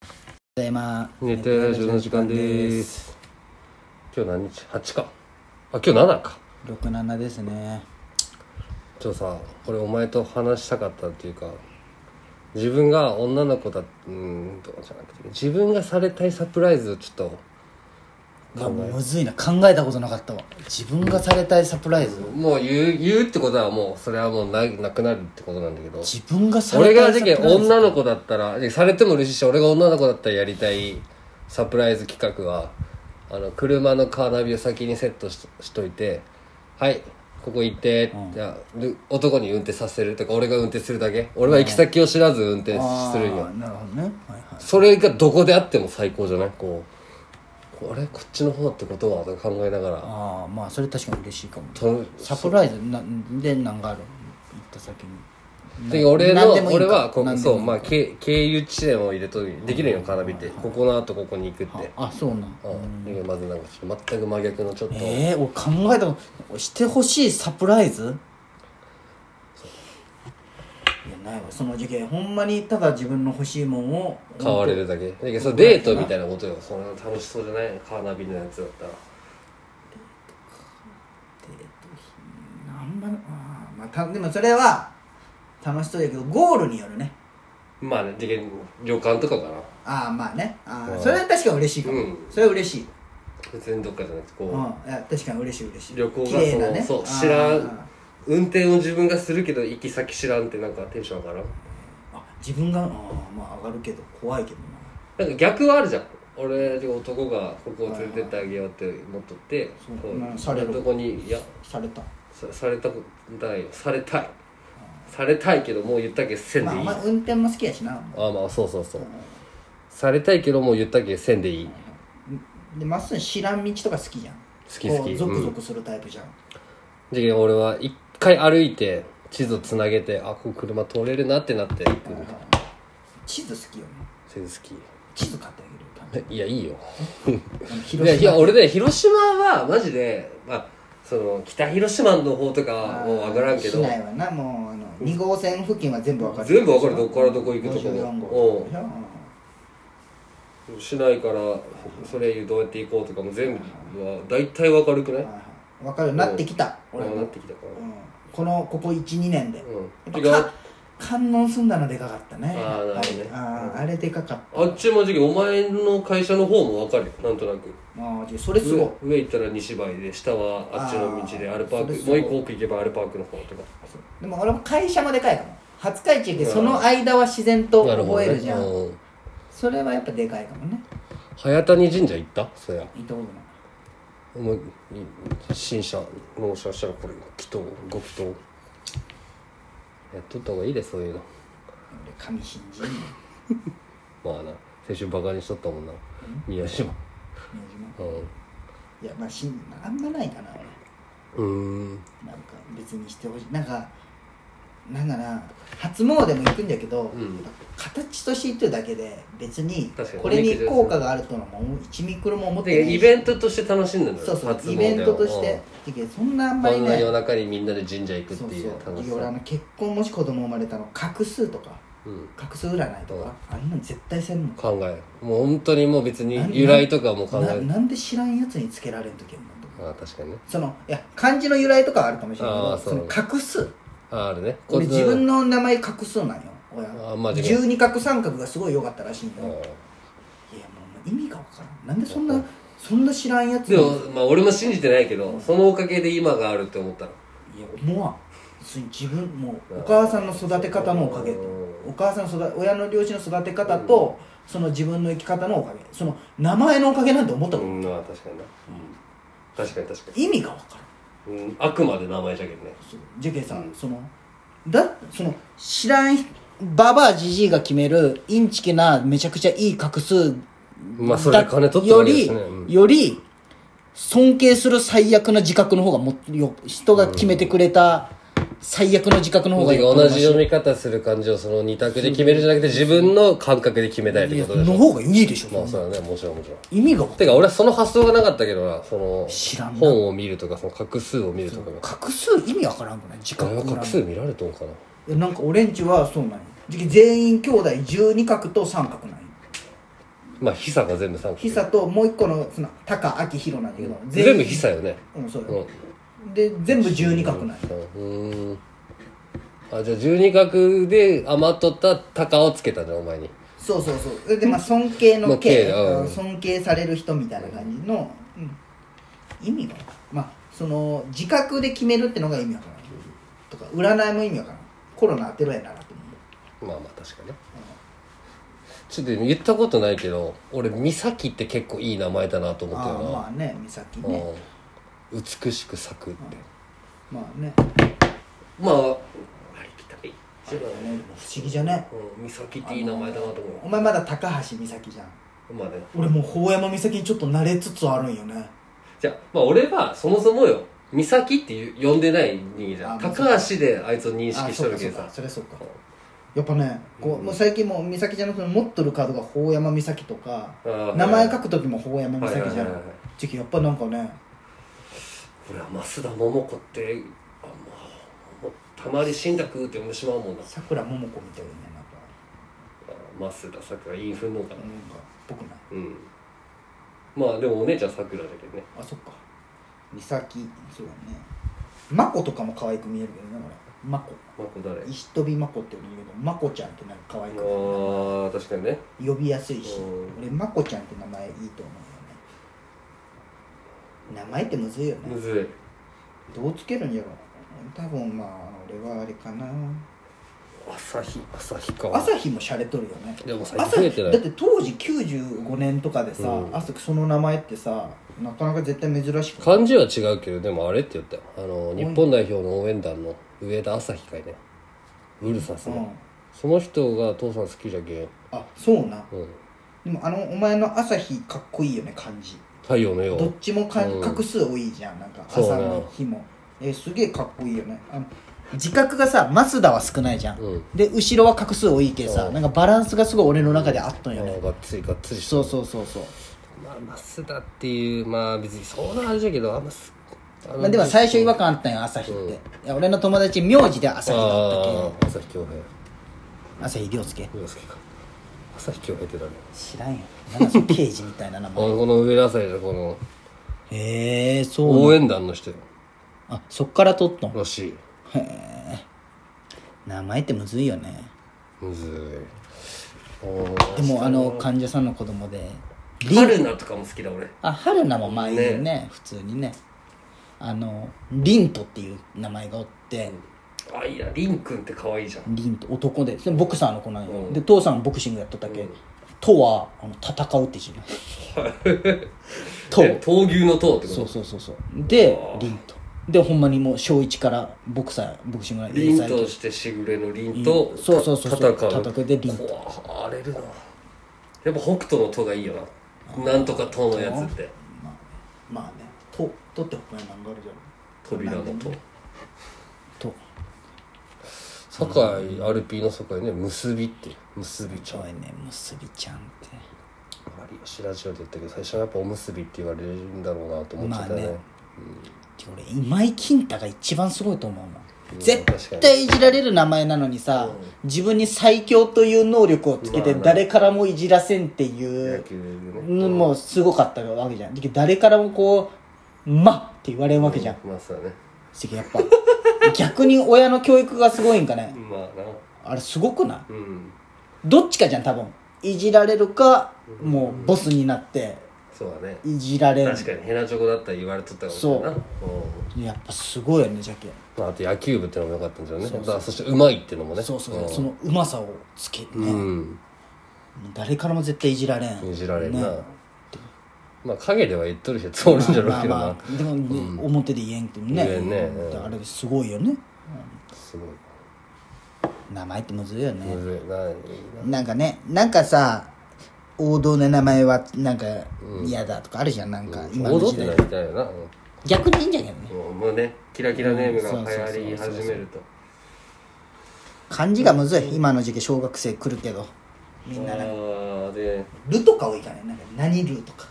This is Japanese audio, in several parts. ただいま寝てラジオの時間です今日何日 ?8 かあ今日7か67ですねちょっとさ俺お前と話したかったっていうか自分が女の子だうんとかじゃなくて自分がされたいサプライズをちょっとうわむずいな考えたことなかったわ自分がされたいサプライズもう言う言うってことはもうそれはもうななくなるってことなんだけど自分がされ俺たがいサじプライゃズけ女の子だったらでされても嬉しいし俺が女の子だったらやりたいサプライズ企画はあの車のカーナビを先にセットししといて「はいここ行って」じゃあで男に運転させるとか俺が運転するだけ俺は行き先を知らず運転するんよ、あーなるほどねはいはいそれがどこであっても最高じゃないこうあれこっちの方ってことはとか考えながらああまあそれ確かに嬉しいかもとサプライズなんで何がある行った先にで俺の何でもいい俺はこ何でもいいそうまあ経経由地点を入れとるできるんよカーナビってここの後ここに行くってあそうなんうんだけどまずなんかちょっと全く真逆のちょっとええ俺考えたことしてほしいサプライズいやないわその事件ほんまにただ自分の欲しいもんを買われるだけだけどそのデートみたいなことよそんな楽しそうじゃないカーナビのやつだったらあんまりあー、まあ、たでもそれは楽しそうだけどゴールによるねまあねで旅館とかかなああまあねあーうんそれは確かに嬉しいかも、うんそれは嬉しい、別にどっかじゃなくてこう、うんいや確かに嬉しい嬉しい旅行が綺麗なねそのそうあー知らん運転を自分がするけど行き先知らんってなんかテンション上がらんあ自分があーまあ上がるけど怖いけどななんか逆はあるじゃん俺男がここを連れてってあげようって思っとってそうこまあされる男にいやされたさされたことないよされたいされたいけどもう言ったけせんでまあいい、まあ運転も好きやしなああまあそうそうそうされたいけどもう言ったけせんでいいでまっすぐ知らん道とか好きじゃん好き好きこうゾクゾクするタイプじゃん、じゃけん俺は一回歩いて地図つなげてあここ車通れるなってなって行くみたいな地図好きよね全然好地図買ってあきいやいいよげるよ いやいや俺ね広島はマジでまあその北広島の方とかはもう上がらんけど市内はなもうあの2号線付近は全部わかる全部わかるどっからどこ行くとかも54号うん市内からそれどうやって行こうとかも全部は大体わかるくない分かるようになってきたあ俺も、なうっんてきたからこのここ12年で、うんやっぱ違うか観音住んだのでかかったねあーなるほどねあーあれでかかったあっちもじきお前の会社の方もわかるよなんとなくあーじゃあそれすごい上上行ったら西梅で下はあっちの道であーアルパーそクれすもごうい一個奥行けばアルパークの方とかでも俺も会社もでかいかも初会地行ってその間は自然と覚えるじゃん、うんそれはやっぱでかいかもね早谷神社行ったそや行ったことないお前い新車納車したらこれ祈祷ご祈祷やっとった方がいいでそういうの俺神信じんのまあな先週バカにしとったもんな宮島宮島ういやまあ信あんまないかな俺んうーんなんか別にしてほしいなんかなんかな初詣も行くんだけど、ん形として言ってるだけで別に確かにこれに効果があるとのも1ミクロも思ってないでしイベントとして楽しんだのよそうそう初詣をイベントとしてだけどそんなあうんんまりこんなね夜中にみんなで神社行くっそてういうそう楽し俺あさの結婚もし子供生まれたの画数とかうん画数占いとか、あんなん絶対せんもん考えるもう本当にもう別になん由来とかも考なえるなんで知らんやつにつけられんときやんなとああ確かにねそのいや漢字の由来とかはあるかもしれないけあどーそそうの画数ああるね俺こいつ自分の名前画数なんよ親あーマジか12画三角がすごい良かったらしいんだうよ、んいやもう意味が分からんなんでそんな、そんな知らんやつにでもまあ俺も信じてないけどそのおかげで今があるって思ったらいや思わん別に自分もうお母さんの育て方のおかげうんお母さんの育親の両親の育て方と、その自分の生き方のおかげその名前のおかげなんて思ったうの、んまあ確かにな確かに確か意味が分からんにうんあくまで名前じゃけどねそうジェケさん、そのだその知らん人ババアじじいが決めるインチキなめちゃくちゃいい画数まあそれで金取ったよわけでりすねうんより尊敬する最悪の自覚の方がもっよ人が決めてくれた最悪の自覚の方がよっぽどマ同じシ読み方する感じをその二択で決めるじゃなくて自分の感覚で決めたいってことでしのょ方がいいでしょ、まあそうだねもちろんもちろん意味が分かてか俺はその発想がなかったけどなその知らんな本を見るとかその画数を見るとかが画数意味わからんくない自あ覚れはな画数見られとんかななんか俺んちはそうなんよじゃけ全員兄弟12画と三角なんよまあヒサが全部参加ヒサともう一個のそのタカアキヒロなんだけど全部ヒサよねうんそううんよ、で全部12角なんようんあじゃあ12角で余っとった鷹をつけたじゃんお前にそうそうそうでまあ尊敬まあの敬敬うん尊敬される人みたいな感じの、うん意味がまあその自覚で決めるってのが意味わからんとか占いも意味わからんコロナ当てろやなって思まあまあ確かにねちょっと言ったことないけど俺美咲って結構いい名前だなとう思ったああよなまあね美咲ねうん美しく咲くってまあねまあありきたりあれだよね不思議じゃねうん美咲っていい名前だなと思お前まだ高橋美咲じゃんうまあね俺もう法山美咲にちょっと慣れつつあるんよねじゃあまあ俺はそもそもよ美咲っていう呼んでない人間じゃんあまあ高橋であいつを認識しとるけどあそうかそさうかそれそうかやっぱねこうもう最近もう美咲じゃなくて持っとるカードが法山美咲とかあー名前書く時も法山美咲じゃはいはいはいはいんちょっとやっぱなんかね俺は増田桃子ってあもうたまに死んだくって読んでしまうもんなさくらももこみたいなねなんかあ増田さくらインフンのかななんかっぽくないうんまあでもお姉ちゃんさくらだけどねあそっか美咲そうだねまことかも可愛く見えるけどね俺まこまこ誰石飛びまこって言うんだけどまこちゃんってなんか可愛くああ確かにね呼びやすいしうん俺まこちゃんって名前いいと思うよね名前ってむずいよねむずいどうつけるんやろ多分まあ俺はあれかな朝日朝日か朝日も洒落とるよねでも最近朝増え日てだなっいて当時95年とかでさ、うん朝日その名前ってさなかなか絶対珍しくない漢字は違うけどでもあれって言ったよあの日本代表の応援団の上田朝日かいねウルサスの、うんその人が父さん好きじゃけん、あそうなうでん、もあのお前の朝日かっこいいよね漢字太陽のよどっうちもかうん画数多いじゃんなんか朝そうねの日も、えーすげえかっこいいよねあの自覚がさ増田は少ないじゃん、うんで後ろは画数多いけさそうなんかバランスがすごい俺の中であったんよあねーがっつりがっつりしてそうそうそうそうまあ、増田っていう、まあ別にそんな味だけど、あんます、あまあ、でも最初違和感あったんよ朝日って、うんいや俺の友達名字で朝日だったけあんあ、朝日京平。朝日亮介洋介か。朝日京平って誰あ、知らんよなんかその刑事みたいな 名前この上田朝日のこのへえそう応援団の人よあそっから取っとんらしい。名前ってむずいよねむずい。おでもあの患者さんの子供でー春菜とかも好きだ俺。あ春菜もまあいいよね普通にねあのリントっていう名前がおって、あ、いや、凛くんって可愛いじゃん。リント男ででボクサーの子なんよ、うんで父さんボクシングやっとったけ、うんとはあの戦うって字な とえ闘牛の塔ってことそうそうそうそうで凛とでほんまにもう小1からボクサーボクシングの凛英才としてしぐれの凛とうんそうそうそうそうた戦う戦いで凛とと荒れるなやっぱ北斗の塔がいいよななんとか塔のやつってまあまあねととって他に何があるじゃん扉の塔と酒井アルピーの酒井ね結びって結びちちゃんょいね結びちゃんって有吉ラジオで言ったけど最初はやっぱおむすびって言われるんだろうなと思っちゃったまあねね,、てか俺今井金太が一番すごいと思うもんうん絶対いじられる名前なのにさ、自分に最強という能力をつけてまあね誰からもいじらせんっていう、野球のねうんもうすごかったわけじゃんで誰からもこう「まっ!」って言われるわけじゃん、まあそうだねすげえやっぱ 逆に親の教育がすごいんかねまあなあれすごくないうんどっちかじゃん多分いじられるかもうボスになってそうだねいじられる確かにヘナチョコだったら言われとったかもしれないなうんやっぱすごいよねじゃけまあ、あと野球部ってのも良かったんじゃねそそしてうまいってのもねそうそうそう、んそのうまさをつけるね、もううん誰からも絶対いじられんいじられるな、ねまあ陰では言っとる人通るんじゃろうまあけどな、まあでも、表で言えんけどね言えんねうんあれすごいよねすごい名前ってむずいよね、むずいななんかねなんかさ王道の名前はなんか嫌だとかあるじゃん、なんか今の戻っ時てな代りたいよな、逆にいいんじゃけどねうん、もうねキラキラネームがうんそうそうそうそう流行り始めると漢字がむずい今の時期小学生来るけどみんななんかああで「ル」とか多いからねなんか何ルとか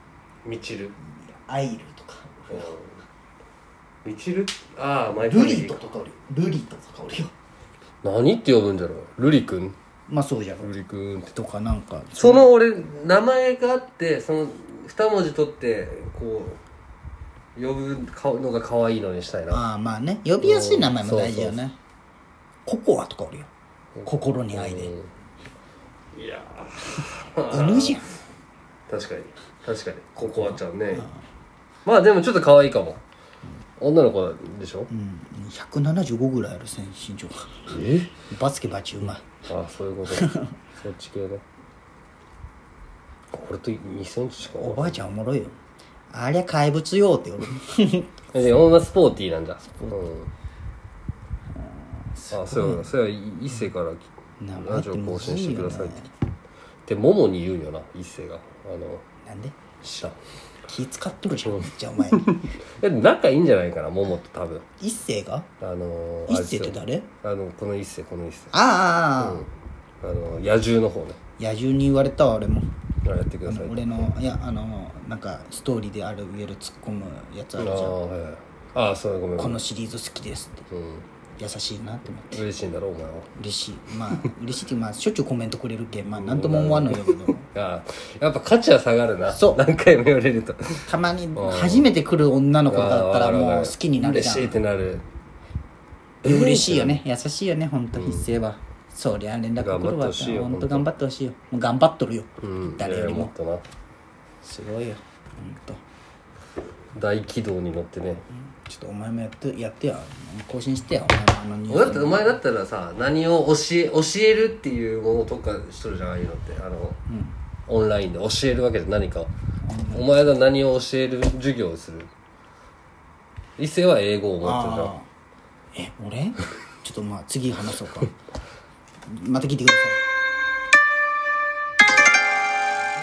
「みちる「アイル」とか」うんみちるあ「あマイルリト」とかおるよ「ルリト」とかおるよ何って呼ぶんじゃろうルリ君まあそうじゃろルリ君ってとかなんかその俺名前があってその二文字取ってこう呼ぶ顔のが可愛いのにしたいなああまあね呼びやすい名前も大事よねココアとかおるよ心に愛でいや犬じゃんー確かに確かにココアちゃんねまあでもちょっと可愛いかも女の子でしょうん175ぐらいあるせん身長がえバスケバチうまいあそういうこと そっち系ね俺と2センチしかおばあちゃんおもろいよありゃ怪物よって言るえで女スポーティーなんだうんあそうやそうや一世からなラジオ更新してくださいってでももに言うんよな一世があの なんで知らん気使っとるじゃんめっちゃ お前にえ仲いいんじゃないかなももと多分一星があの一星って誰あのこの一世この一世ああああ、あああの野獣の方ね野獣に言われたわ俺もあやってください俺のいやあのなんかストーリーである上る突っ込むやつああるーじゃんはいはいああそうだごめんこのシリーズ好きですってうん優しいなって思って嬉しいんだろお前は嬉しいまあ嬉しいっていうかまあしょっちゅうコメントくれるけんまあ何とも思わんのよけどああやっぱ価値は下がるなそう何回も言われるとたまに初めて来る女の子だったあらーわかるわかもうる好きになるじゃん嬉しいってなる嬉しいよね優しいよね本当一斉は、そりゃ連絡来る頑張ってわほしいよ本当頑張ってほしいよもう頑張っとるよ、うん誰よりいやももっとなすごいよ本大軌道に乗ってね当ちょっとお前もやってやってや更新してやお前もあのニューだスってお前だったらさ何を教え教えるっていうものとかしとるじゃんああいうのってあの、オンラインで教えるわけで何かをお前が何を教える授業をする伊勢は英語を持ってるじゃ んああえ俺ちょっとまあ次話そうかまた聞いてください